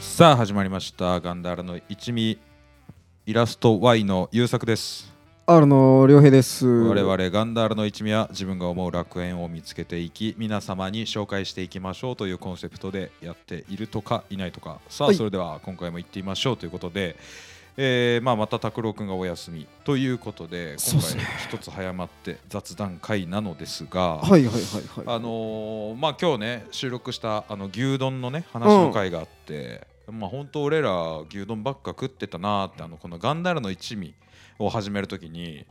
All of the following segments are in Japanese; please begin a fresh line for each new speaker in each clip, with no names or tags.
さあ始まりましたガンダーラの一味イラスト Y の優作です、
R の良平です。
我々ガンダーラの一味は自分が思う楽園を見つけていき皆様に紹介していきましょうというコンセプトでやっているとかいないとかさあ
はい
それでは今回も行ってみましょうということで、えーまあ、また拓郎くんがお休みということで
そう
今
っす
回
ね
一つ早まって雑談会なのですが、
はいはいはいはい。
あのーまあ今日ね収録したあの牛丼のね話の回があって、まあ本当俺ら牛丼ばっか食ってたなーってあのこのガンダルの一味を始めるときに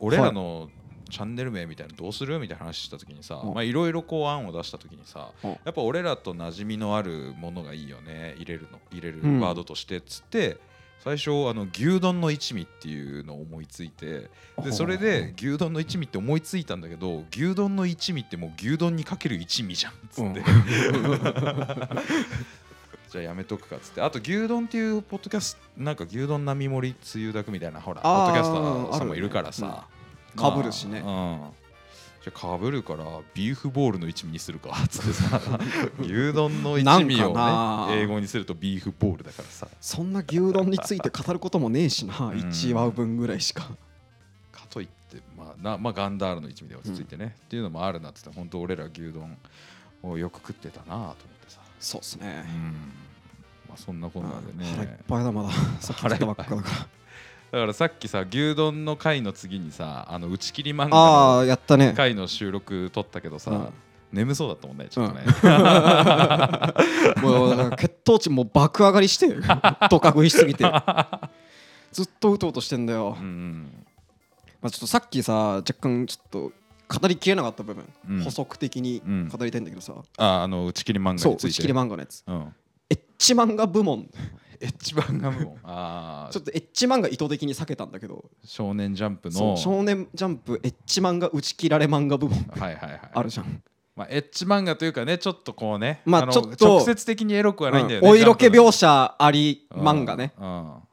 俺らのチャンネル名みたいなのどうするみたいな話したときにさ
うん
まあいろいろこう案を出したときにさ
うん
やっぱ俺らと馴染みのあるものがいいよね入れるの入れる
うん
ワードとしてっつって、最初あの牛丼の一味っていうのを思いついて
ほ
で
う
それで牛丼の一味って思いついたんだけど牛丼の一味ってもう牛丼にかける一味じゃんっつって、
うん
じゃあやめとくかっつってあと牛丼っていうポッドキャストなんか牛丼並盛りつゆだくみたいなほらポッ
あー
ドキャスターさんも
あるよね
いるからさ、
うん
まあ
被るしね
うんじゃあかぶるからビーフボールの一味にするかっつって さ牛丼の一味
なんか
を
な
ね英語にするとビーフボールだからさ
そんな牛丼について語ることもねえしな、
うん
1話分ぐらいしか。
かといって、まあなまあ、ガンダールの一味で落ち着いてね、っていうのもあるなって言って本当俺ら牛丼をよく食ってたなと思ってさ、
そうっすね
う。んまあ、そんなこんなで
あ腹いっ
ね
ぱいだまだ。さっき食ったばっかだから。
だからさっきさ牛丼の回の次にさあの打ち切り漫
あ
画
あ、やったね
の。回の収録撮ったけどさ、
うん
眠そうだったもんねちょっとね、
もうだから血糖値もう爆上が りして、とか食いしすぎて。ずっとうとうとしてんだよ。
うんうん
まあ、ちょっとさっきさ、若干ちょっと語りきれなかった部分、
うん
補足的に語りたいんだけどさ、
ああの打ち切り漫画
そう
に、つ
打
いて
ち切り漫画のやつ。
うん
エッチ漫画部門、
エッジ漫画部門ああ
ちょっとエッチ漫画意図的に避けたんだけど、
少年ジャンプ
そ
の
う少年ジャンプエッチ漫画打ち切られ漫画部門
はいはいはい
あるじゃん、
まあ、エッチ漫画というかねちょっとこうね、
まあ
の
ちょっと
直接的にエロくはないんだよ
う
ね、
んお色気描
写
写あり漫画ね、あ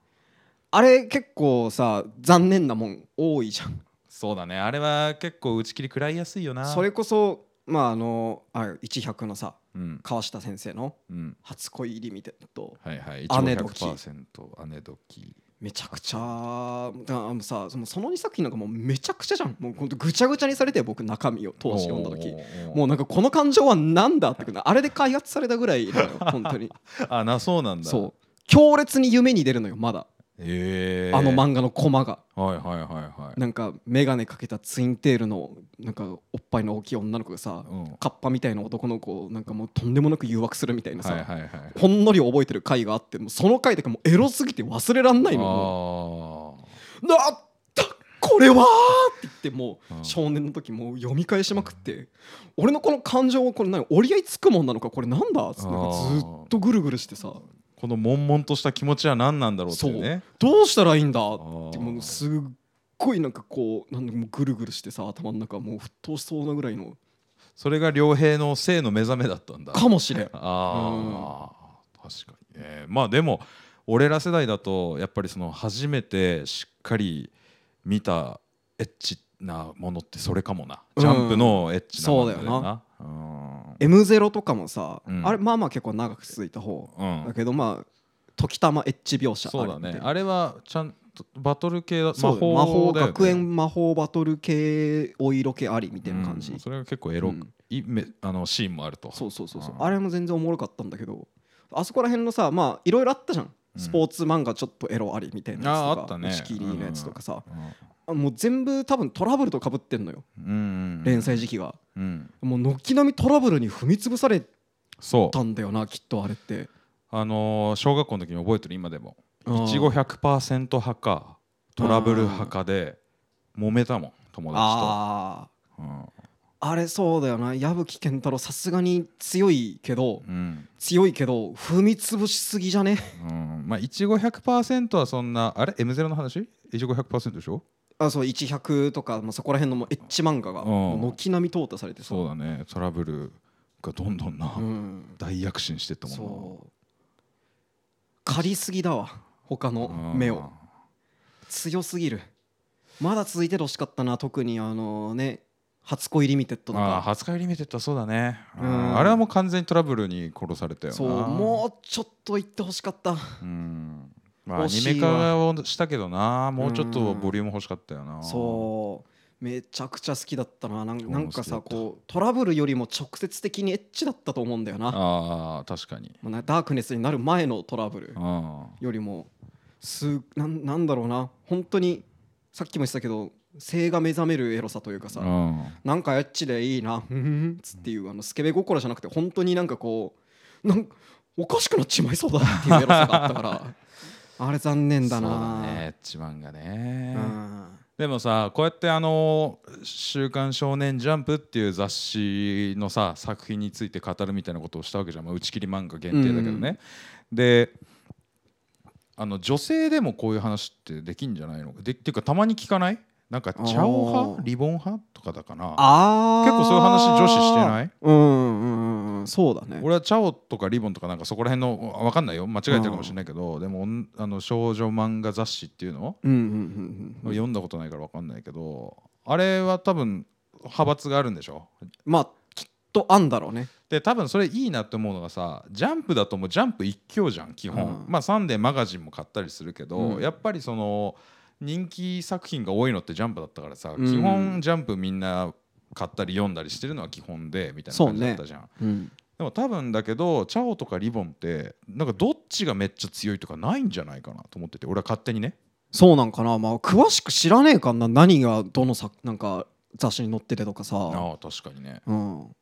れ結構さ残念なもん多いじゃん
そうだねあれは結構打ち切り食らいやすいよな
それこそまああのあ100のさ
うん
川下先生の
うん
初恋入りみたいなのと
はいはい
姉時
100%姉時
めちゃくちゃだからもうさそのその2作品なんかもうめちゃくちゃじゃんもうほんとぐちゃぐちゃにされて僕中身を当時読んだ時も
も
う
う
なんかこの感情はなんだってくるあれで開発されたぐらいなのよ本当に
あなそうなんだ
そう強烈に夢に出るのよまだ
へえ
あの漫画のコマが
はいはいはいはい
なんか眼鏡かけたツインテールのなんかおっぱいの大きい女の子がさ
うん
カッパみたいな男の子をなんかもうとんでもなく誘惑するみたいな
はいはい
さ
はい
ほんのり覚えてる回があってもうその回だけもうエロすぎて忘れらんないのもうなったこれはーって言っても
うん
う少年の時もう読み返しまくって俺のこの感情をこれ何折り合いつくもんなのかこれなんだっつってなんかずっとぐるぐるしてさ
あーこの悶々とした気持ちは何なんだろうっていうね
どうしたらいいんだ
あー
ってもうすっごいなんかこうなんだかもうぐるぐるしてさ頭の中もう沸騰しそうなぐらいの
それが良平の性の目覚めだったんだ
かもしれん
ああ、確かにねまあでも俺ら世代だとやっぱりその初めてしっかり見たエッチなものってそれかもな、
うん
ジャンプのエッチなもの
そうだよな
うん
M0 とかもさ、
うん
あれまあまあ結構長く続いた方
うん
だけどまあ時たまエッジ描写
そうだね
あ
あれはちゃんとバトル系だ
れそうだよ
魔
魔
法
法
だよね
学園魔法バトル系お色気ありみたいな感じ、
うんそれが結構エロ、
うん
いめあのシーンもあると
そうそうそうそう
うん
あれも全然おもろかったんだけどあそこら辺のさまあいろいろあったじゃん
ん
スポーツ漫画ちょっとエロありみたいなやつとか
あーあったね
打ち切りのやつとかさ、
うん
あもう全部多分トラブルとかぶってんのよ
うん
連載時期が、
うん
もう軒並みトラブルに踏み潰され
そう
たんだよなきっとあれって
あのー小学校の時に覚えてる今でもいちご100%派かトラブル派かで揉めたもん友達
あ
と、うん
ああれそうだよな矢吹健太郎さすがに強いけど
うん
強いけど踏み潰しすぎじゃね
うん、まあいちご100%はそんなあれ M0 の話いちご100%でしょ
あそう100とか、まあ、そこら辺のもうエッジ漫画が
うん
もう軒並み淘汰されてさ
そうだねトラブルがどんどんな、
うん
大躍進してったもんな
そう借りすぎだわ他の目を強すぎるまだ続いててほしかったな特にあのね初恋リミテッドと
ああ
か
初恋リミテッドはそうだね、うん
うん
あれはもう完全にトラブルに殺されたよな
そうもうちょっと行ってほしかった
うんまあア
惜
ニ
し
メ
い
化
わ
をしたけどなもうちょっとボリューム欲しかったよな、
そうめちゃくちゃ好きだったななん
俺も好
な
きだった
んかさこうトラブルよりも直接的にエッチだったと思うんだよな
ああ確かに
もうなダークネスになる前のトラブル
あ
よりもすなんなんだろうな本当にさっきも言ってたけど性が目覚めるエロさというか
あ
さ、
うん
なんかエッチでいいなふふんつっていうあのスケベ心じゃなくて本当になんかこうなんおかしくなっちまいそうだっていうエロさがあったから あれ残念だな
そうだねエッチ漫画ね、
うん
でもさこうやってあの「週刊少年ジャンプ」っていう雑誌のさ作品について語るみたいなことをしたわけじゃん、まあ、打ち切り漫画限定だけどね、であの女性でもこういう話ってできんじゃないのでっていうかたまに聞かないなんか「チャオ
あ
派
ー
リボン派?」とかだかな
あー
結構そういう話女子してない
うんうんうんうんそうだね
俺はチャオとかリボンとかなんかそこら辺の分かんないよ間違えてるかもしれないけどでもおんあの少女漫画雑誌っていうの
うんうんうんうん
読んだことないから分かんないけどあれは多分派閥があるんでしょ
まあきっとあんだろうね
で多分それいいなって思うのがさジャンプだともうジャンプ一強じゃん基本、
うん
まあサンデーマガジンも買ったりするけど、
うん
やっぱりその人気作品が多いのってジャンプだったからさ、
うん
基本ジャンプみんな買ったり読んだりしてるのは基本でみたいな感じだったじゃん、
うん
でも多分だけどチャオとかリボンってなんかどっちがめっちゃ強いとかないんじゃないかなと思ってて俺は勝手にね
そうなんかなまあ詳しく知らねえかんな何がどの作なんか雑誌に載っててとかさ
ああ確かにね
うん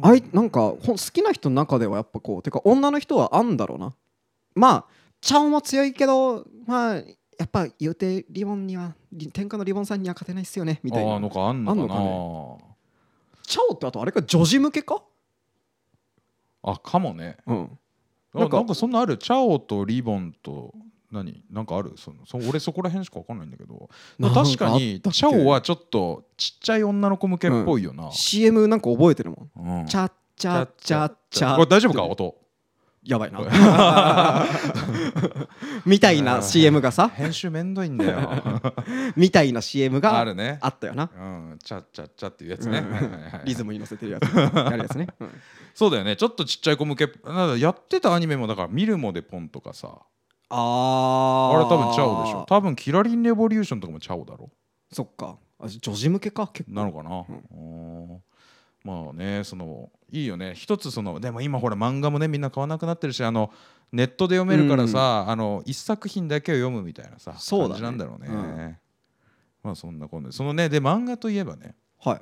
あいなんかほん好きな人の中ではやっぱこうてか女の人はあんだろうなまあちゃんは強いけどまあやっぱ言うてリボンにはり天下のリボンさんには勝てないっすよねみたい
ああ
な
のかあんのかな
あんのチャオってあとあれか女児向けか
あかもね
うん
あな
なんん
か
か
そんなあるチャオとリボンと何なんかあるそのそ俺そこら辺しか分かんないんだけど
なんかあったっ
確
け
かにチャオはちょっとちっちゃい女の子向けっぽいよな、
CM なんか覚えてるもん
うん
チャッチャッチャッチャ
これ大丈夫か音
やばいな みたいな CM がさ
編集めんどいんだよ
みたいな CM
あ
が
るね
あったよな
うんチャッチャッチャっていうやつね、
うん
はいはいはい
リズムに乗せてるやつやるやつ ねうん
そうだよねちょっとちっちゃい子向けなんかやってたアニメもだから「見るもでポン」とかさ
あ
あ
ー
れ多分チャオでしょ多分キラリンレボリューションとかもチャオだろ
そっかあ女児向けか結構
なのかな、うんまあねそのいいよね一つそのでも今ほら漫画もねみんな買わなくなってるしあのネットで読めるからさ、あの一作品だけを読むみたいなさ
そうだ
感
ね
じなんだろうね、
うん
まあそんなこんなでそのねで漫画といえばね
はい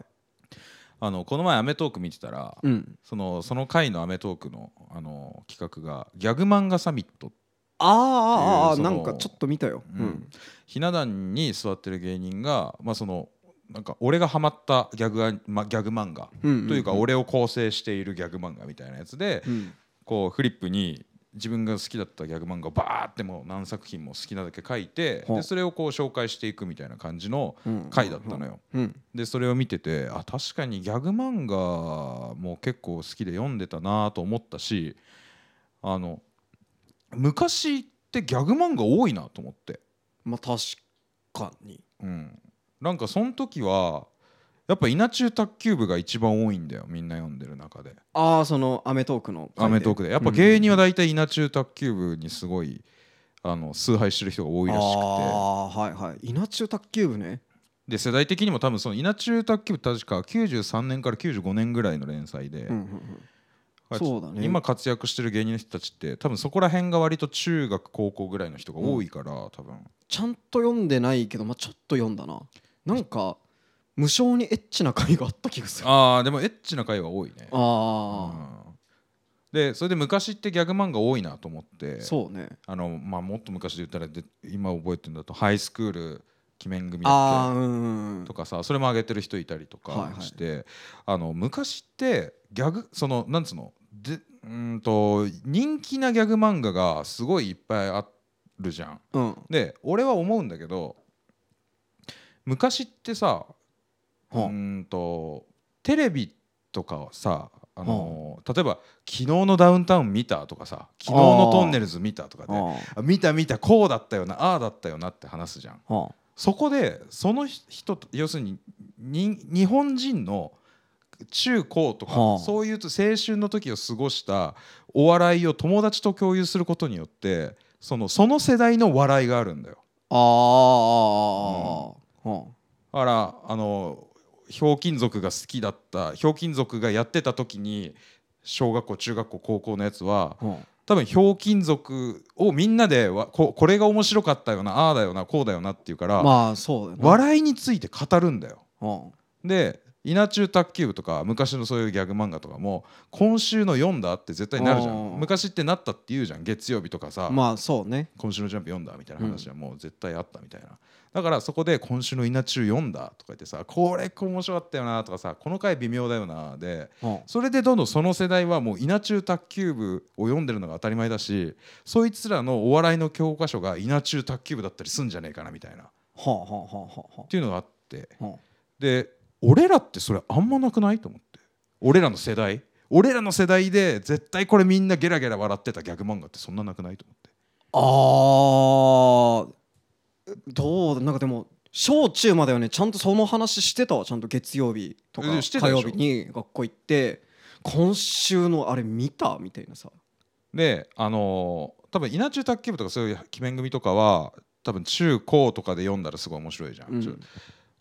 あのこの前『アメトーーク』見てたら、
うん
そのその回の『アメトーークの』あの企画がギャグ漫画サミット
あーあーあ
っていうそ
ーな
の
んかちょっと見たよ
うんひな壇に座ってる芸人がまあそのなんか俺がハマったギャグアニ、ま、ギャグ漫画
と
というか俺を構成しているギャグ漫画みたいなやつでこうフリップに自分が好きだったギャグ漫画をバーってもう何作品も好きなだけ書いて
ほ
で
う
それをこう紹介していくみたいな感じの回だったのよ。
うん
でそれを見ててあ確かにギャグ漫画も結構好きで読んでたなと思ったしあの昔ってギャグ漫画多いなと思って。
まあ確かに
うん、なんかその時はやっぱ稲中卓球部が一番多いんだよみんな読んでる中で。
ああそのアメトークの
アメトークでやっぱ芸人は大体稲中卓球部にすごいあの崇拝してる人が多
多
いらしくて
ああーはいはい稲中卓球部ね
で世代的にも多分その稲中卓球部確か93年から95年ぐらいの連載で、
うんうんうん
はい
そうだね
今活躍してる芸人の人たちって多分そこら辺が割と中学高校ぐらいの人が多いから、多分
ちゃんと読んでないけどまあちょっと読んだななんか無性にエッチな回があった気がするあ
ああでもエッチな回は多いね
あ
うんでそれで昔ってギャグ漫画多いなと思って
ーそうね
あの、まあ、もっと昔で言ったらで今覚えてるんだと「ハイスクール鬼面組」だっけ
ああうんうんうん
とかさそれも上げてる人いたりと
はい
か
はい
して、あの昔ってギャグそのなんつうのでうーんと人気なギャグ漫画がすごいいっぱいあるじゃん。
うん
で俺は思うんだけど昔ってさう
は
ーんとテレビとかはさあの例えば「昨日のダウンタウン見た」とかさ「昨日のトンネルズ見た」とか
あ
で「あ見た見たこうだったよなああだったよな」って話すじゃん。
はあ
そこでその人と要するにに日本人の中高とか、
はあ
そういう青春の時を過ごしたお笑いを友達と共有することによってそのその世代の笑いがあるんだよ。
ああ、は
だからあのひょうきん族が好きだったひょうきん族がやってた時に小学校中学校高校のやつは
あは
多分ひょうきん族をみんなでわここれが面白かったよなああだよなこうだよなっていうから、
あ、まあそうだよね
笑いについて語るんだよ。
は
で稲中卓球部とか昔のそういうギャグ漫画とかも今週の読んだって絶対なるじゃ
あ
ん
ー
昔ってなったって言うじゃん月曜日とかさ、
あまあそうね
今週のジャンプ読んだみたいな話はもう絶対あったみたいな、だからそこで今週の稲中読んだとか言ってさこれ面白かったよなとかさこの回微妙だよなで
は
それでどんどんその世代はもう稲中卓球部を読んでるのが当たり前だしそいつらのお笑いの教科書が稲中卓球部だったりすんじゃねえかなみたいなっ
あはあはあはあはあ
ていうのがあって
は
で俺らってそれあんまなくないと思って俺らの世代俺らの世代で絶対これみんなゲラゲラ笑ってたギャグ漫画ってそんななくないと思って
ああどうだなんかでも小中まではねちゃんとその話してたわちゃんと月曜日とか
えしてた
火
でしょ
曜日に学校行って今週のあれ見たみたいなさ
であのー多分稲中卓球部とかそういう鬼面組とかは多分中高とかで読んだらすごい面白いじゃん、
うん
ちょ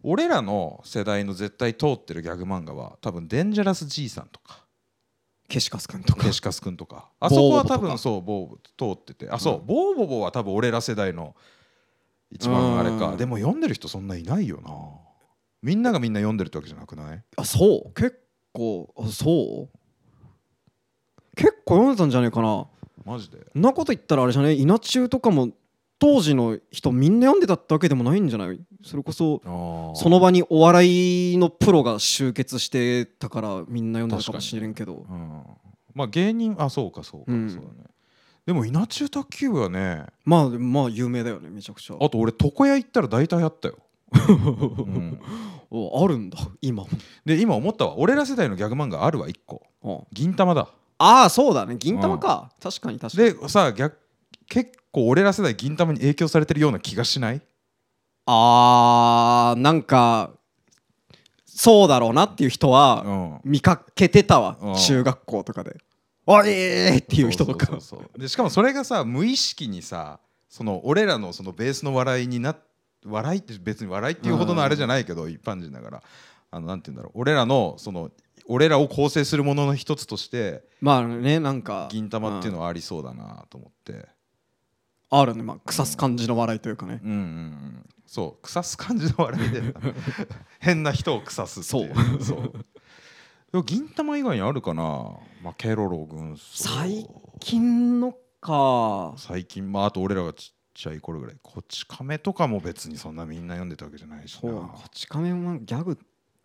俺らの世代の絶対通ってるギャグ漫画は多分「デンジャラスじいさん」とか
ケシカス君
「
とか
ケシカスくん」とかあそこは多
ボーボボとか
分そうボーボ通っててあそう、
うん
ボーボボは多分俺ら世代の一番あれ
う
か
ん
でも読んでる人そんないないよなみんながみんな読んでるってわけじゃなくない
あそう結構あそう結構読んでたんじゃねえかな
マジで
そんなこと言ったらあれじゃね稲中とかも当時の人みんな読んでたってわけでもないんじゃないそれこそそ
そ
の場にお笑いのプロが集結してたからみんな読んでたかもしれんけど
うん、まあ芸人あそうかそうか、
うん
そうだねでも稲中卓球部はね
まあまあ有名だよねめちゃくちゃ
あと俺床屋行ったら大体あったよ、うん
おあるんだ今も
で今思ったわ俺ら世代のギャグ漫画あるわ1個銀玉だ
ああそうだね銀玉か確かに確かに
でさ逆結構俺ら世代銀玉に影響されてるような気がしない
あーなんかそうだろうなっていう人
う
は
ん
見かけてたわ
うん
中学校とかで「おい!」っていう人と
そ
か
うそうそうそうでしかもそれがさ無意識にさその俺らのそのベースの笑いになっ笑いって別に笑いっていうほどのあれじゃないけど一般人だからあのなんて言うんだろう俺らのその俺らを構成するものの一つとして
まあねなんか
銀玉っていうのはありそうだなと思って
あるね、まあ、腐す感じの笑いというかね。
うんうんうんそう腐す感じの笑い で変な人を腐すっていうそうでも銀玉以外にあるかな、まあ、ケロロ軍曹
最金のか。
最近まああと俺らがちっちゃい頃ぐらいこち亀とかも別にそんなみんな読んでたわけじゃないし
そう、
な
こち亀もギャグ、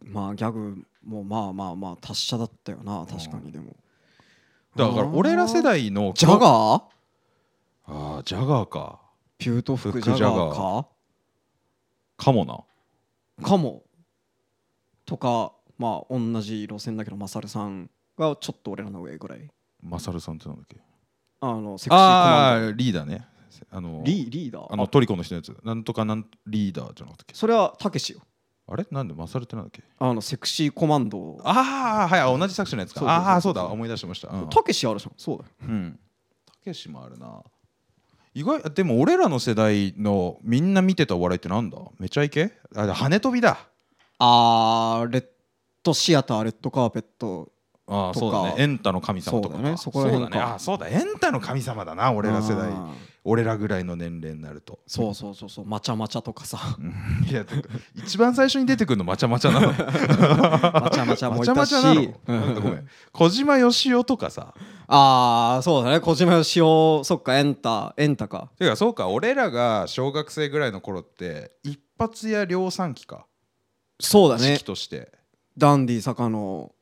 まあギャグもまあまあまあ達者だったよな、確かにでも。
だから俺ら世代の
ジャ
ー
ガー
あージャガーか
ピュートフック
フッ
ジャ
クジャガー
ガーか
かもな
かも。とか、まあ同じ路線だけど、マサルさんがちょっと俺らの上ぐらい。
マサルさんってなんだっけ
あの、セクシーコマ
あ
ン
あリーダーねあの
ド。リーリーダー
あのトリコの人のやつなんとかなんリーダーじゃなかったっけ
それはたけしよ。
あれなんでマサルってなんだっけ
あの、セクシーコマンド。
ああはい同じ作者のやつか
そうそうそうそう
ああーそうだ思い出しましたうん
たけしあるじゃん。そうだよ。
うんたけしもあるな意外でも俺らの世代のみんな見てたお笑いってなんだめちゃイケあ羽飛びだ
あーレッドシアターレッドカーペット
ああ
とか
そうだねエンタの神様とか
そうだねそ
そ
こ
こ
ら
ら
辺
辺
か
ねああそうだエンタの神様だな俺ら世代
あー
俺らぐらいの年齢になると
そうそうそうそうまちゃまちゃとかさ
うんいやてか一番最初に出てくるのまちゃまちゃ なの
まちゃまちゃも
ま
い
ちゃま
た
ち
し
ゃなのなんかごめん小島よしおとかさ
ああそうだね小島よしおそっかエンタエンタか
てかそうか俺らが小学生ぐらいの頃って一発屋量産機か
そうだ
時
ね
期として
ダンディ坂野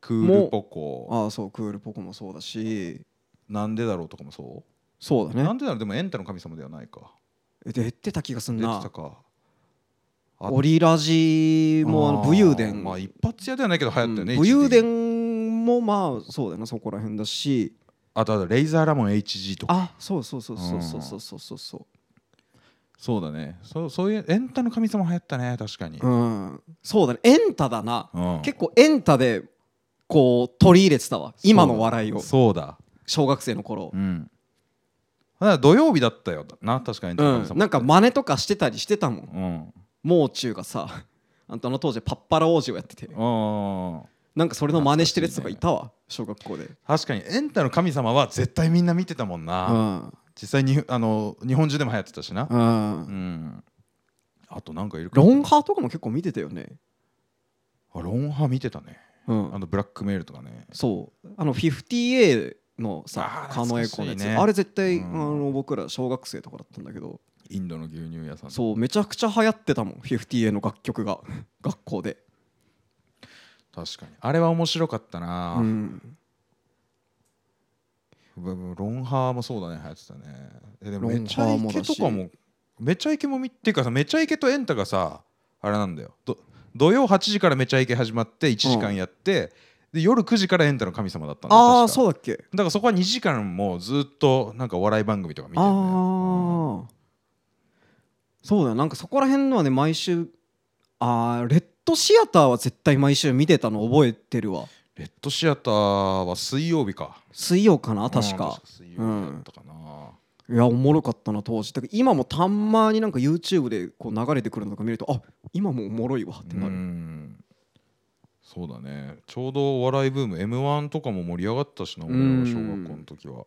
クールポコ
ああそうクールポコもそうだし
なんでだろうとかもそ
そう
う
だ
な
ね
んでだろうでもエンタの神様ではないか
え出てた気がすん
出て
な
たかあ
オリラジもあの武勇
あー
伝
まあ一発屋ではないけど流行ったよね
うん武勇
HD
伝もまあそうだよなそこら辺だし
あとあとレイザーラモン HG とか
あそうそうそうそうそうそうそうそうそう
そうだねそうそういうエンタの神様流行ったね確かに、
うんそうだねエンタだな
うん
結構エンタでこう取り入れてたわ今の笑いを
そうだ
小学生の頃
うんだから土曜日だったよな確かに、
うんなんか真似とかしてたりしてたも
う
ん
ん
もう中がさ あんたの当時パッパラ王子をやってて
うん
なんかそれの真似してるやつとかいたわ小学校で
確かにエンタの神様は絶対みんな見てたもん
う
な、
ん
実際にあの日本中でも流行ってたしな
う
うん、
ん
あとなんかいるか
ロンハーとかも結構見てたよね
あロンハ見てたね
うん
あのブラックメールとかね
そうあの 50A のさ
あー
狩野英孝のや
懐
つ、
かしいね
あれ絶対、
うん
あの僕ら小学生とかだったんだけど
インドの牛乳屋さん
そうめちゃくちゃ流行ってたもん 50A の楽曲が 学校で、
確かにあれは面白かったな、
うん、
ぶぶロンハーもそうだね流行ってたねえでも
ロン
めちゃ
ハー
イ
も
ケ
だし
とかもめちゃイケも見っていうかさめちゃイケとエンタがさあれなんだよど土曜8時からめちゃイケ始まって1時間やって、で夜9時からエンタの神様だったんだ
あ
確
あ
か
そうだっけ
だからそこは2時間もうずっとなんかお笑い番組とか見て
あ
る
あ
ね
ーそうだよなんかそこら辺のはね毎週ああレッドシアターは絶対毎週見てたの覚えてるわ
レッドシアターは水曜日か
水曜かな
あ
確か
水曜日だったかな、
いやおもろかったな当時だから今もたんまになんか YouTube でこう流れてくるのとか見るとあ今もおもろいわって
う
なる、
んそうだねちょうどお笑いブーム m 1とかも盛り上がったしな
うん
俺らが小学校の時は
や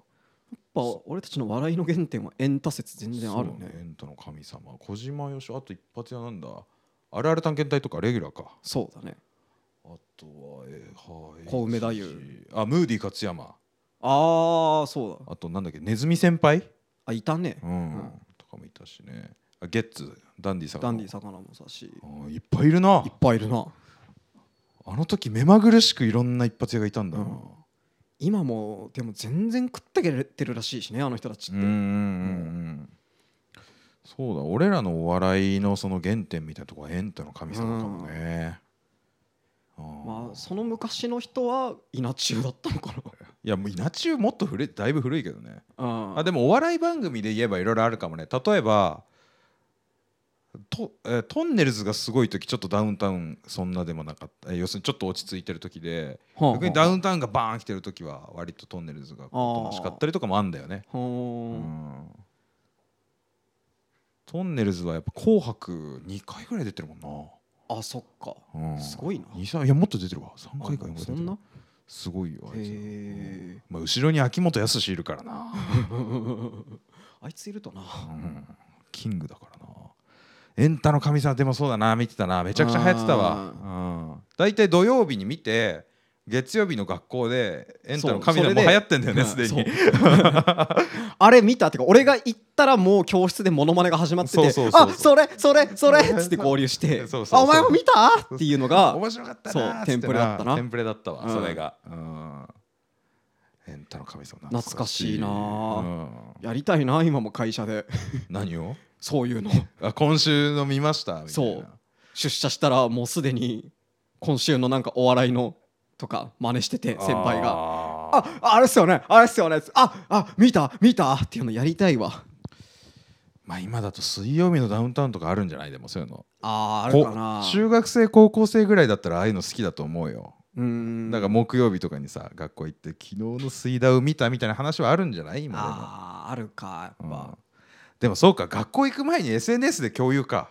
っぱ俺たちの笑いの原点はエンタ説全然ある
そうエ
ね
ンタの神様小島よしおあと一発屋なんだあれあれ探検隊とかレギュラーか
そうだね
あとはえーはい
小梅太夫
HG あムーディ勝山
ああそうだ
あとなんだっけネズミ先輩
あいたね
うん、
うん
とかもいたしねあゲッツダンディさん
ダンディ魚もさしい
いっぱいいるな
っぱいいるな
あの時目まぐるしくいろんな一発屋がいたんだな、
うん今もでも全然食ってけれてるらしいしねあの人たちっ
うんうんうんう
て
んそうだ俺らのお笑いのその原点みたいなとこはエンタの神様かもね、あー
まあその昔の人は稲中だったのか
いやもう稲中もっと古いだいぶ古いけどね
なう ん
あでもお笑い番組で言えばいろいろあるかもね例えばと、えートンネルズがすごい時ちょっとダウンタウンそんなでもなかった、えー要するにちょっと落ち着いてる時で
はあ
逆にダウンタウンがバーン来てる時は割とトンネルズがおとなしかったりとかもあんだよね
はあ
うんトンネルズはやっぱ「紅白」2回ぐらい出てるも
あそっか
んな、うん、
すごいな
二三いやもっと出てるわ3回か4回出て
そ
る
んな
すごいよあいつ
へえ
まあ、後ろに秋元康いるからな、
あいついるとな
うんキングだからなエンタの神様でもそうだな見てたなめちゃくちゃ流行ってたわうん大体、土曜日に見て月曜日の学校でエンタの神
そ
様
う
もう
それで
流行ってんだよねすで
そう
に
あれ見たってか俺が行ったらもう教室でモノマネが始まってて
そうそうそうそう
あそれそれそれっつって合流して
そうそうそう
あお前も見たっていうの が
面白かったなー
そう
つて
テンプレだったな
テンプレだったわ、
うん
それが、うん、エンタの神様
懐かしいな
う
ー
ん
やりたいな今も会社で
何を
そういうの
あ今週の見ましたみたいな
そう出社したらもうすでに今週のなんかお笑いのとか真似してて先輩が
が
「あああれっすよねあれっすよね」ああ見た見た」っていうのやりたいわ
まあ今だと水曜日のダウンタウンとかあるんじゃないでもそういうの
あーあるか
こ
な
中学生高校生ぐらいだったらああいうの好きだと思うよ、
うーん
だから木曜日とかにさ学校行って昨日の水田を見たみたいな話はあるんじゃない今
あーあるか
で
やっ
も、
ぱ、
うんでもそうか学校行く前に SNS で共有か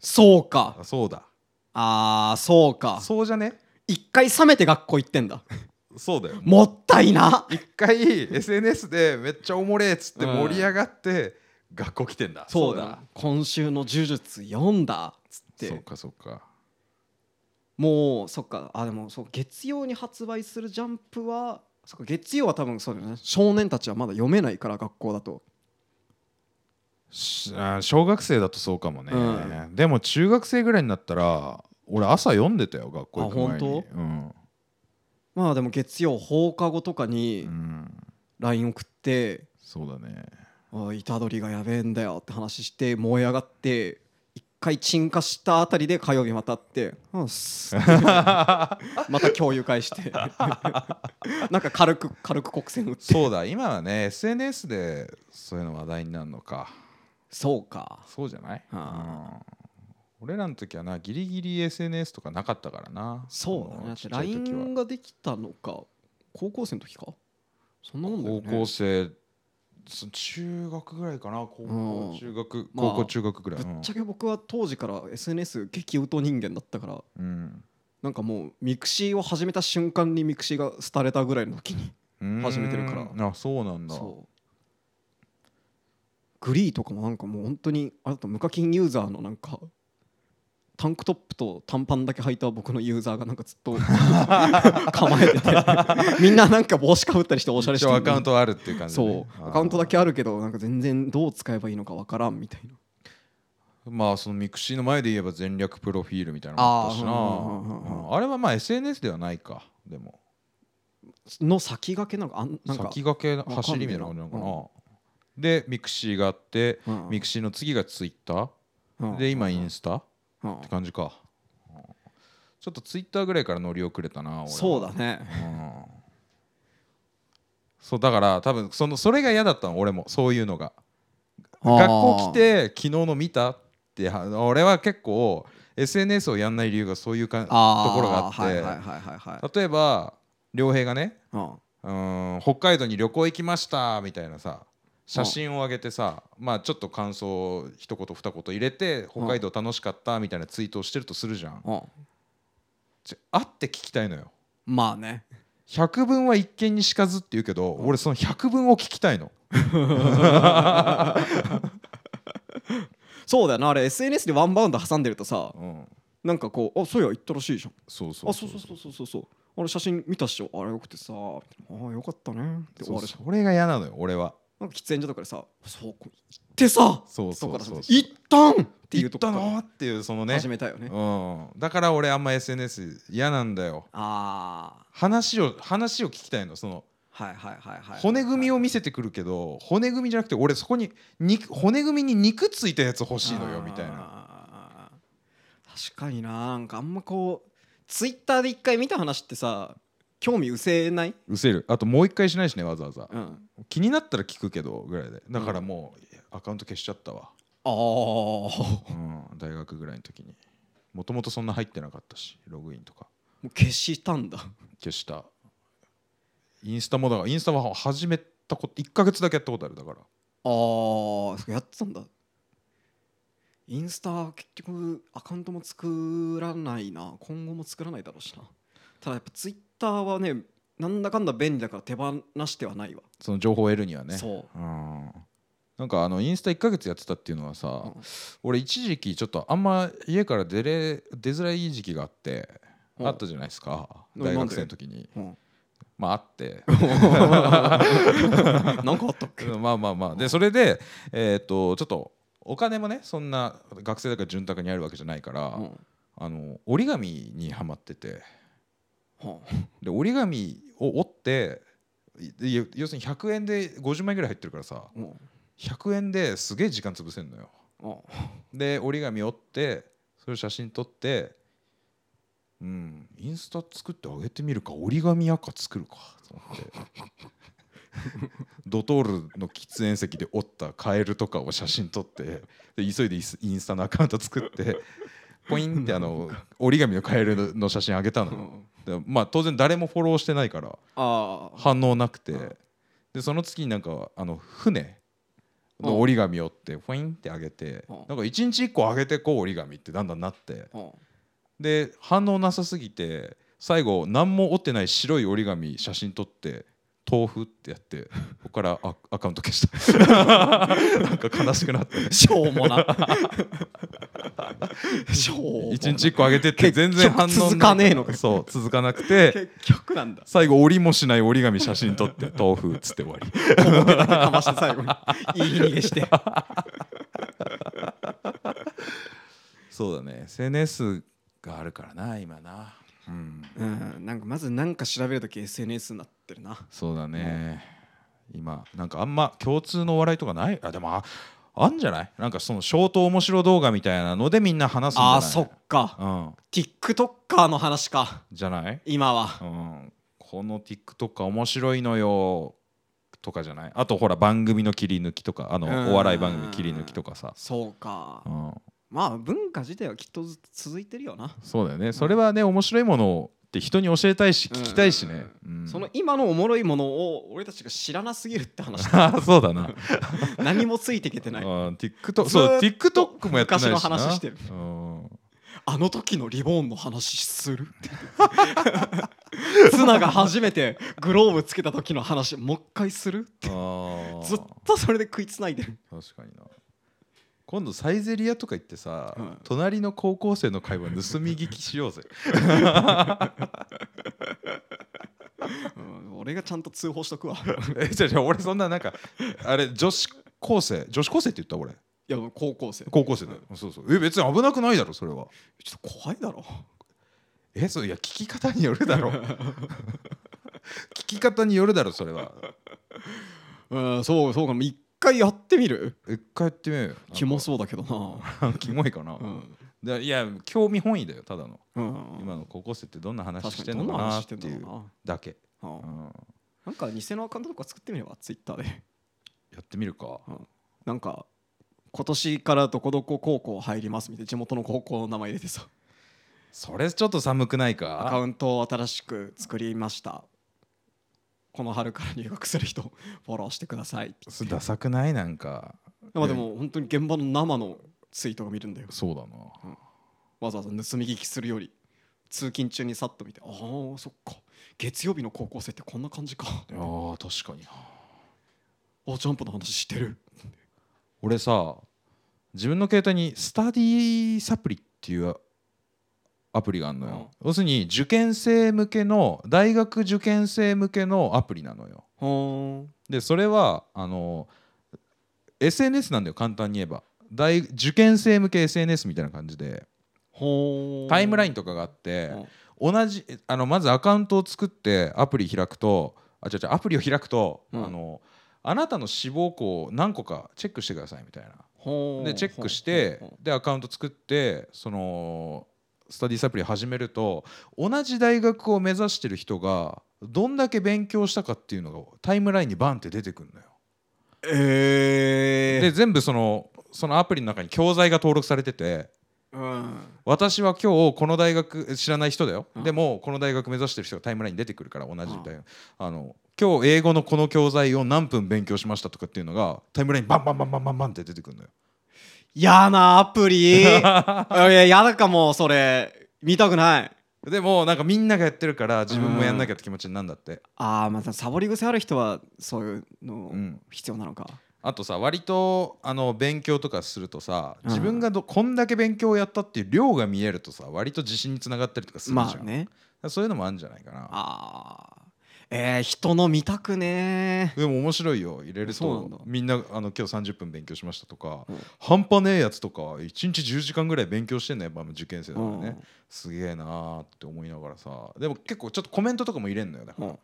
そうか
あそうだ
あーそうか
そうじゃね
一回冷めて学校行ってんだ
そうだよ
もったいな
一回 SNS でめっちゃおもれえっつって
うん
盛り上がって学校来てんだ
そうだ今週の呪術読んだっつっ
そう
て
かそうか
もうそっかあでもそう月曜に発売する「ジャンプは」そっか月曜は多分そうだよね少年たちはまだ読めないから学校だと
しあ小学生だとそうかもね、
う
でも中学生ぐらいになったら俺朝読んでたよ学校行く前に
あ本
当うん、
まあでも月曜放課後とかに
うん
LINE 送って
そうだね
「おい虎取がやべえんだよ」って話して燃え上がって一回鎮火したあたりで火曜日また会って「うんっ す」また共有会して なんか軽く軽く黒線打って
そうだ今はね SNS でそういうの話題になるのか
そうか
そうじゃない、
あ
うん、俺らの時はなギリギリ SNS とかなかったからな
そう
あ
だね
の
だっ
ち
て
っちゃい時は
LINE ができたのか高校生の時かそんなもんだよ、
高
ね、
校生そ中学ぐらいかな高
う
校
ん
中学
まあ
高校中学ぐらい、
ぶっちゃけ僕は当時から SNS 激疎人間だったから
うん
なんかもうミクシーを始めた瞬間にミクシーが廃れたぐらいの時に
うん
始めてるから
うんあそうなんだ
そうグリーとかもなんかもう本当にあれだと無課金ユーザーのなんかタンクトップと短パンだけ履いた僕のユーザーがなんかずっと構えててみんななんか帽子かぶったりしておしゃれし
一
て
応
る
アカウントはあるっていう感じ、
そ
ね、
うアカウントだけ
あ
あるけどなんか全然どう使えばいいのかわからんみたいな
ーまあそのミクシーの前で言えば全略プロフィールみたいなのもあったしな
あーうんうんうんうん
うんあれはまあ SNS ではないかでも
の先駆けなのかあんなんか
先駆けの
かんねえな
走りみたいな感じなのかな、でミクシーがあって、
うん
ミクシーの次がツイッタ
うん
ーで今インスタっ
うん
て感じか、うんちょっとツイッターぐらいから乗り遅れたな俺は
そうだね
うんそうだから多分そのそれが嫌だったの俺もそういうのが学校来て昨日の見たっては俺は結構 SNS をやんない理由がそういうかとこ
あー
ろがあって、
はいはいはいはいはい
例えば良平がね
うん
うーん北海道に旅行行きましたみたいなさ写真を上げてさ、まあちょっと感想を一言二言入れて北海道楽しかったみたいなツイートをしてるとするじゃん、
うん
ち会って聞きたいのよ
まあね
百聞は一見にしかずって言うけど俺その百聞を聞きたいの
そうだよなあれ SNS でワンバウンド挟んでるとさ
うん
なんかこうあそういや行ったらしいじゃん
そうそう
あそうそうそうそうそうそうあれ写真見たっしょあれよくてさああよかったねって終
そう
わるじゃん
それが嫌なのよ俺は
なんか喫煙所とかでさそうこう行ってさ
そうそうそう
とこからさ行ったんっていう
行っ
とこ
た
か
の
ら
っていうそのね
始めたよね
うん、だから俺あんま SNS 嫌なんだよ
あ
話を話を聞きたいのその
あはいはいはいはい
骨組みを見せてくるけど骨組みじゃなくて俺そこに肉骨組みに肉ついたやつ欲しいのよみたいな
な確かにななんかあんまこうツイッターで一回見た話ってさ興味失せないう
せるあともう一回しないしねわざわざ
うん
気になったら聞くけどぐらいでだからもういやアカウント消しちゃったわ、
ああ
うん、大学ぐらいの時にもともとそんな入ってなかったしログインとか
もう消したんだ
消したインスタもだからインスタは始めたこと1ヶ月だけやったことあるだから
あーそうやってたんだインスタ結局アカウントも作らないな今後も作らないだろうしなただやっぱツイッターはねなんだかんだ便利だから手放してはないわ、
その情報を得るにはね
そう
うんなんかあのインスタ1ヶ月やってたっていうのはさ、
うん
俺一時期ちょっとあんま家から出れ出づらい時期があって、
うん
あったじゃないですか
な
大学生の時に
うん、
まああって
なんかあったっけ
まあまあまあでそれでえっとちょっとお金もねそんな学生だから潤沢にあるわけじゃないから、
うんは
あの折り紙にはまってて
あ
で折り紙を折っていい要するに100円で50枚ぐらい入ってるからさ
うん
100円ですげえ時間潰せんのよ。
あ
で折り紙折ってそれを写真撮ってうんインスタ作ってあげてみるか折り紙赤作るかと思ってドトールの喫煙席で折ったカエルとかを写真撮ってで急いでイスインスタのアカウント作ってポインってあの折り紙のカエルのの写真あげた
う
の
ん
でまあ当然誰もフォローしてないから
あー
反応なくて
うん
でその月になんかあの船の折り紙を折ってフォインってあげて
うん
なんか一日一個あげてこう折り紙ってだんだんなって
うん
で反応なさすぎて最後何も折ってない白い折り紙写真撮って豆腐ってやってここからアアカウント消した なんか悲しくなって
しょうもなしょうもな
一日一個あげてって全然反応ないら
結局続かねえのか
そう続かなくて
結局なんだ
最後折りもしない折り紙写真撮って豆腐っつって終わり
表だけかまして最後に言い逃げして
そうだね SNS があるからな今なうん
うんなんかまず何か調べるとき SNS になってるな
そうだね、今なんかあんま共通の笑いとかないあでもああんじゃないなんかそのショート面白動画みたいなのでみんな話すんじゃない
あーそっか
うん
TikToker の話か
じゃない、
今は
うん、この TikTok 面白いのよとかじゃないあとほら番組の切り抜きとかあ
うん
のお笑い番組切り抜きとかさ、
そうか
うん、
まあ文化自体はきっとず続いてるよな、
そうだよねそれはね面白いものをって人に教えたいし聞きたいしね、うん
その今のおもろいものを俺たちが知らなすぎるって 話
あそうだな
何もついてきて
あ
ない
ー TikTok
ず
そ
ー
う
っと
TikTok もやってないしな
昔の話してる
うん
あの時のリボンの話するツナが初めてグローブつけた時の話もう一回する
あ ー
ずっとそれで食いつないでる
確かにな今度サイゼリアとか行ってさ、
うん
隣の高校生の会話盗み聞きしようぜ
うん俺がちゃんと通報しとくわ
えじゃあじゃあ俺そんななんかあれ女子高生女子高生って言った俺
いや高校生ちょ
高校生だよ、そうそうえ別に危なくないだろそれは
っと怖いだろ
えそういや聞き方によるだろ 聞き方によるだろそれは
うんそうそうかも一回やってみる
一回やってみようよ
キモそうだけどな
なんか キモいかな、
うん、
だいや興味本位だよただの
うん、
今の高校生ってどんな話し
確か
て
に
ん
ど
の
ん
か
な
な
話
っ
して
て
んだ
い
ろう
う
な
だけ、
うん
うん
なんか偽のアカウントとか作ってみればツイッターで
やってみるか
なんか今年からどこどこ高校入りますみたいな地元の高校の名前入れてさ
それちょっと寒くない
アカ
か
ウントを新しく作りましたこの春から入学する人フォローしてくださいって
ダサくないなんか
まあでも本当に現場の生のツイートが見るんだよ
そうだな
わざわざ盗み聞きするより通勤中にさっと見てああそっか月曜日の高校生ってこんな感じか
いやー確かに
おジャンプの話してる
俺さ自分の携帯にスタディサプリっていうアプリがあるのよ、要するに受験生向けの大学受験生向けのアプリなのよ
ほ
でそれはあの SNS なんだよ簡単に言えば大受験生向け SNS みたいな感じで
ほ
タイムライン
と
とかがあって、同じえあのまずアカウントを作ってアプリ開くとあ違う違うアプリを開くと、
うん
あのあなたの志望校を何個かチェックしてくださいみたいなでチェックしてでアカウント作ってそのスタディサプリ始めると同じ大学を目指してる人がどんだけ勉強したかっていうのがタイムラインにバンって出てくるのよ。
え
で全部そのそのアプリの中に教材が登録されてて
うん
私は今日この大学知らない人だよ、
うん
でもこの大学目指してる人がタイムラインに出てくるから同じ大学、あの今日英語のこの教材を何分勉強しましたとかっていうのがタイムラインにバンバンバンバンバンバンって出てくるのよ
嫌なア プリいや嫌だかもそれ見たくない
でもなんかみんながやってるから自分もやんなきゃって気持ちになるんだって、
ああまたサボり癖ある人はそういうの
うん
必要なのか、
あとさ割とあの勉強とかするとさ
うん
自分がどこんだけ勉強をやったっていう量が見えるとさ割と自信につながったりとかするじゃん、
まあね
そういうのもあるんじゃないかな
ああえー、人の見たくね
でも面白いよ入れる
そうなんだ
とみんなあの今日30分勉強しましたとか、
うん
半端ねえやつとか1日10時間ぐらい勉強してんのやっぱ受験生だ
う
から
ん
ね、すげえなーって思いながらさでも結構ちょっとコメントとかも入れんのよだから、
うん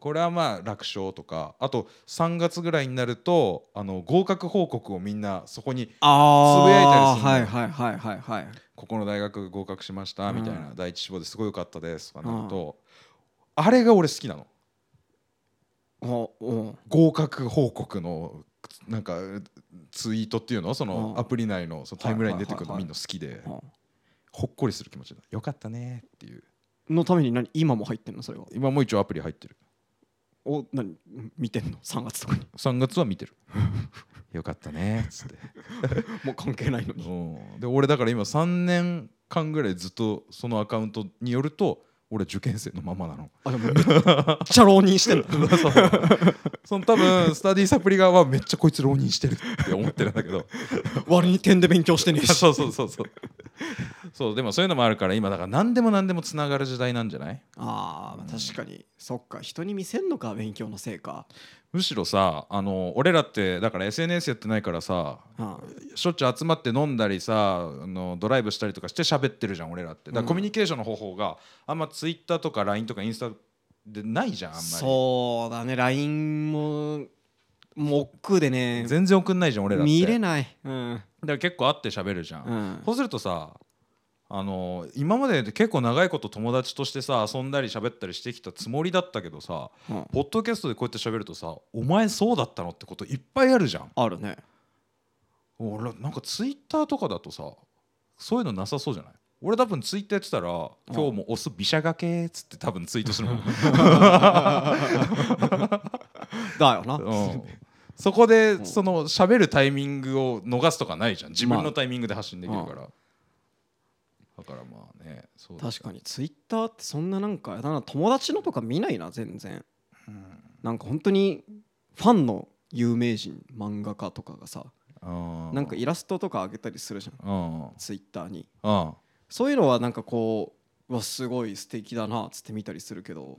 これはまあ楽勝とかあと3月ぐらいになるとあの合格報告をみんなそこに
あ
つぶやいたりするの
はいはいはいはいはい
ここの大学合格しましたみたいな、第一志望ですごい良かったですとかなると、あれが俺好きなの
おお
合格報告のなんかツイートっていうのその
うん
アプリ内のそのタイムラインに出てくる
は
のみ
いはいはいはい
んな好きでほっこりする気持ちだよかったねっていう
のために何今も入ってんのそれは
今も一応アプリ入ってる
お何見てんの3月とかに
3月は見てる よかったねっつって
もう関係な いのに
うんで俺だから今3年間ぐらいずっとそのアカウントによると俺受験生のまま なの
あでもめっちゃ浪人してん の
そうその多分スタディサプリ側はめっちゃこいつ浪人してるって思ってるんだけど
割に点で勉強してねえ
いや
し
そうそうそうそうそうでもそういうのもあるから今だから何でも何でもつながる時代なんじゃない
あー、まあ確かにそっか人に見せんのか勉強のせいか、
むしろさあの俺らってだから SNS やってないからさ
うん
しょっちゅう集まって飲んだりさあのドライブしたりとかして喋ってるじゃん俺らってだか
うん
らコミュニケーションの方法があんま Twitter とか LINE とかインスタでないじゃんあんまり
そうだね LINE ももう億劫でね
全然送んないじゃん俺らって
見れ
だか
ないうん
ら結構会って喋るじゃん、
うん
そうするとさあの今まで結構長いこと友達としてさ遊んだり喋ったりしてきたつもりだったけどさ
うん
ポッドキャストでこうやって喋るとさお前そうだったのってこといっぱいあるじゃん
あるね
俺なんかツイッターとかだとさそういうのなさそうじゃない俺多分ツイッターやってたら「今日もオスびしゃがけ」っつって多分ツイートするもん、
だよな、
うんそこでその喋るタイミングを逃すとかないじゃん自分のタイミングで発信できるから、だからまあねそうだ
確かにツイッターってそんななんかやだな友達のとか見ないな全然なんか本当にファンの有名人漫画家とかがさ
うん
なんかイラストとかあげたりするじゃん
うんうん
ツイッターに
あ
そういうのはなんかこううわすごい素敵だなっつって見たりするけど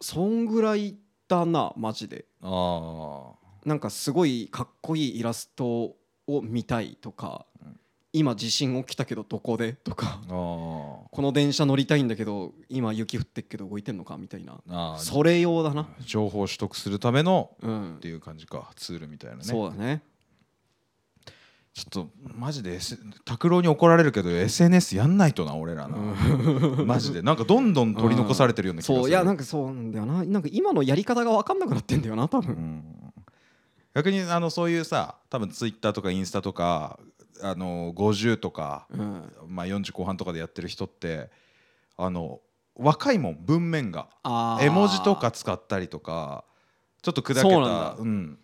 そんぐらいだなマジで
あ
なんかすごいかっこいいイラストを見たいとか
うん
今地震起きたけどどこでと
あ
か
あ
この電車乗りたいんだけど今雪降ってっけど動いてんのかみたいな
ああ
それ用だな
情報を取得するための
うん
っていう感じかツールみたいなね
そうだね
ちょっとマジで S- 拓郎に怒られるけど SNS やんないとな俺らな、マジでなんかどんどん取り残されてるような気がする、
そういやなん
か、
かそうなんだよななんか今のやり方が分かんなくなってんだよな多
う
分
ん逆にあのそういうさ多分ツイッターとかインスタとかあの50とか、
うん
まあ、40後半とかでやってる人ってあの若いもん文面が
あー
絵文字とか使ったりとかちょっと砕けた
そうなんだ
ん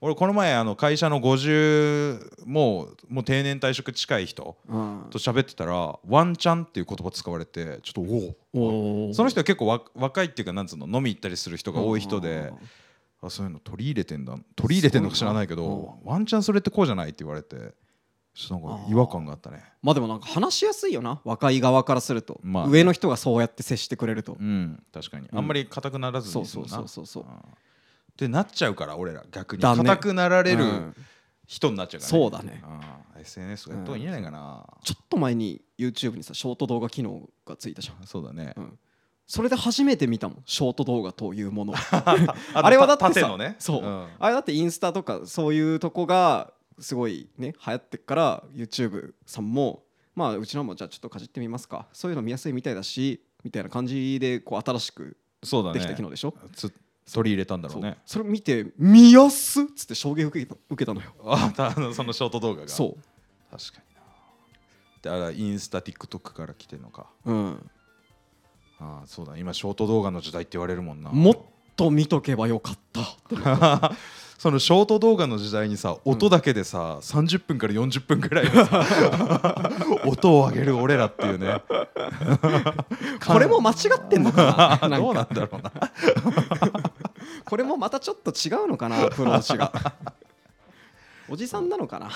俺この前あの会社の50もうもう定年退職近い人
うん
と喋ってたら「ワンチャン」っていう言葉使われてちょっとおお
おー
その人は結構わ若いっていうかなんつうの飲み行ったりする人が多い人であそういうの取り入れてんだ取り入れてんのか知らないけ
すごい
どワンチャンそれってこうじゃないって言われてちょっとなんか違和感があったね
まあでもなんか話しやすいよな若い側からすると、
まあ
上の人がそうやって接してくれると、
うん確かに
うん
あんまり硬くならず
そう
に済
そ
む
う
な
そうそうそう
うんってなっちゃうから俺ら逆に
だね
硬くなられ
う
る
ん
人になっちゃうから
そうだね
うん SNS とかやった方がいいんじゃないかな
ちょっと前に YouTube にさショート動画機能がついたじゃん
そうだね
うんそれで初めて見たもんショート動画というもの
の
あれはだってさ
縦のね
そうんあれだってインスタとかそういうとこがすごいね流行ってっから YouTube さんもまあうちのもじゃあちょっとかじってみますかそういうの見やすいみたいだしみたいな感じでこう新しく
そうだ
できた機能
ね
でしょ、
つ取り入れたんだろうね
そうそれ見て「見やすっ!」つって衝撃受けた受けたのよ
あたあ のそのショート動画が
そ
確かになであらインスタ TikTok から来てんのか
う、うん、
ああそうだ今ショート動画の時代って言われるもんな
もっと見とけばよかったって
そのショート動画の時代にさ音だけでさ、30分から40分ぐらい のさ音を上げる俺らっていうね
これも間違ってんのか ななん
どう
か
なんだろうな
これもまたちょっと違うのかなアプロー チがおじさんなのかな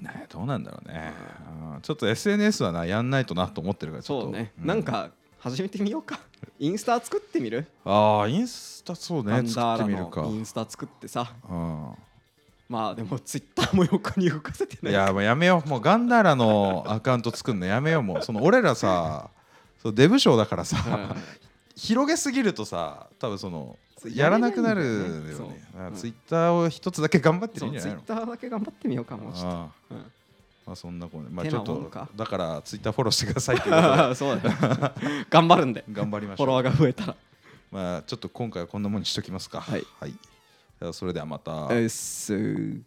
ねどうなんだろうね、うんちょっと SNS はなやんないとなと思ってるからちょっと
そうね、
ん
なんか始めてみよう かインスタ作ってみる、
ああインスタそう
ア
ね
ン
作
ダ
っ
ー
て
ラ
みるか
のインスタ作ってさ
うん
まあでもツイッターも横に動かせてない
いやもうやめようもうガンダーラの アカウント作るのやめようもうその俺らさそうデブ賞だから さ、
うん
広げすぎるとさ多分その
そう
やらなくなるよ
やれないんだ
ね
よねそう
だから
うん
ツイッターを一つだけ頑張って
そ
る
うん
じゃ
ツイ
ない
ッ
の
ターだけ頑張ってみようかもうちょっ
ああ
とうん
まあそんなこんなまあ
て
ち
な
ょ
も
っ
ん
と
か
だからツイッターフォローしてくださいっていうことで
そうだよ頑張るんで
頑張りましょ
フォ
う
ロワーが増えたら
まあちょっと今回はこんなもんにしときますか
はい
はい、ではそれではまた、
うっすー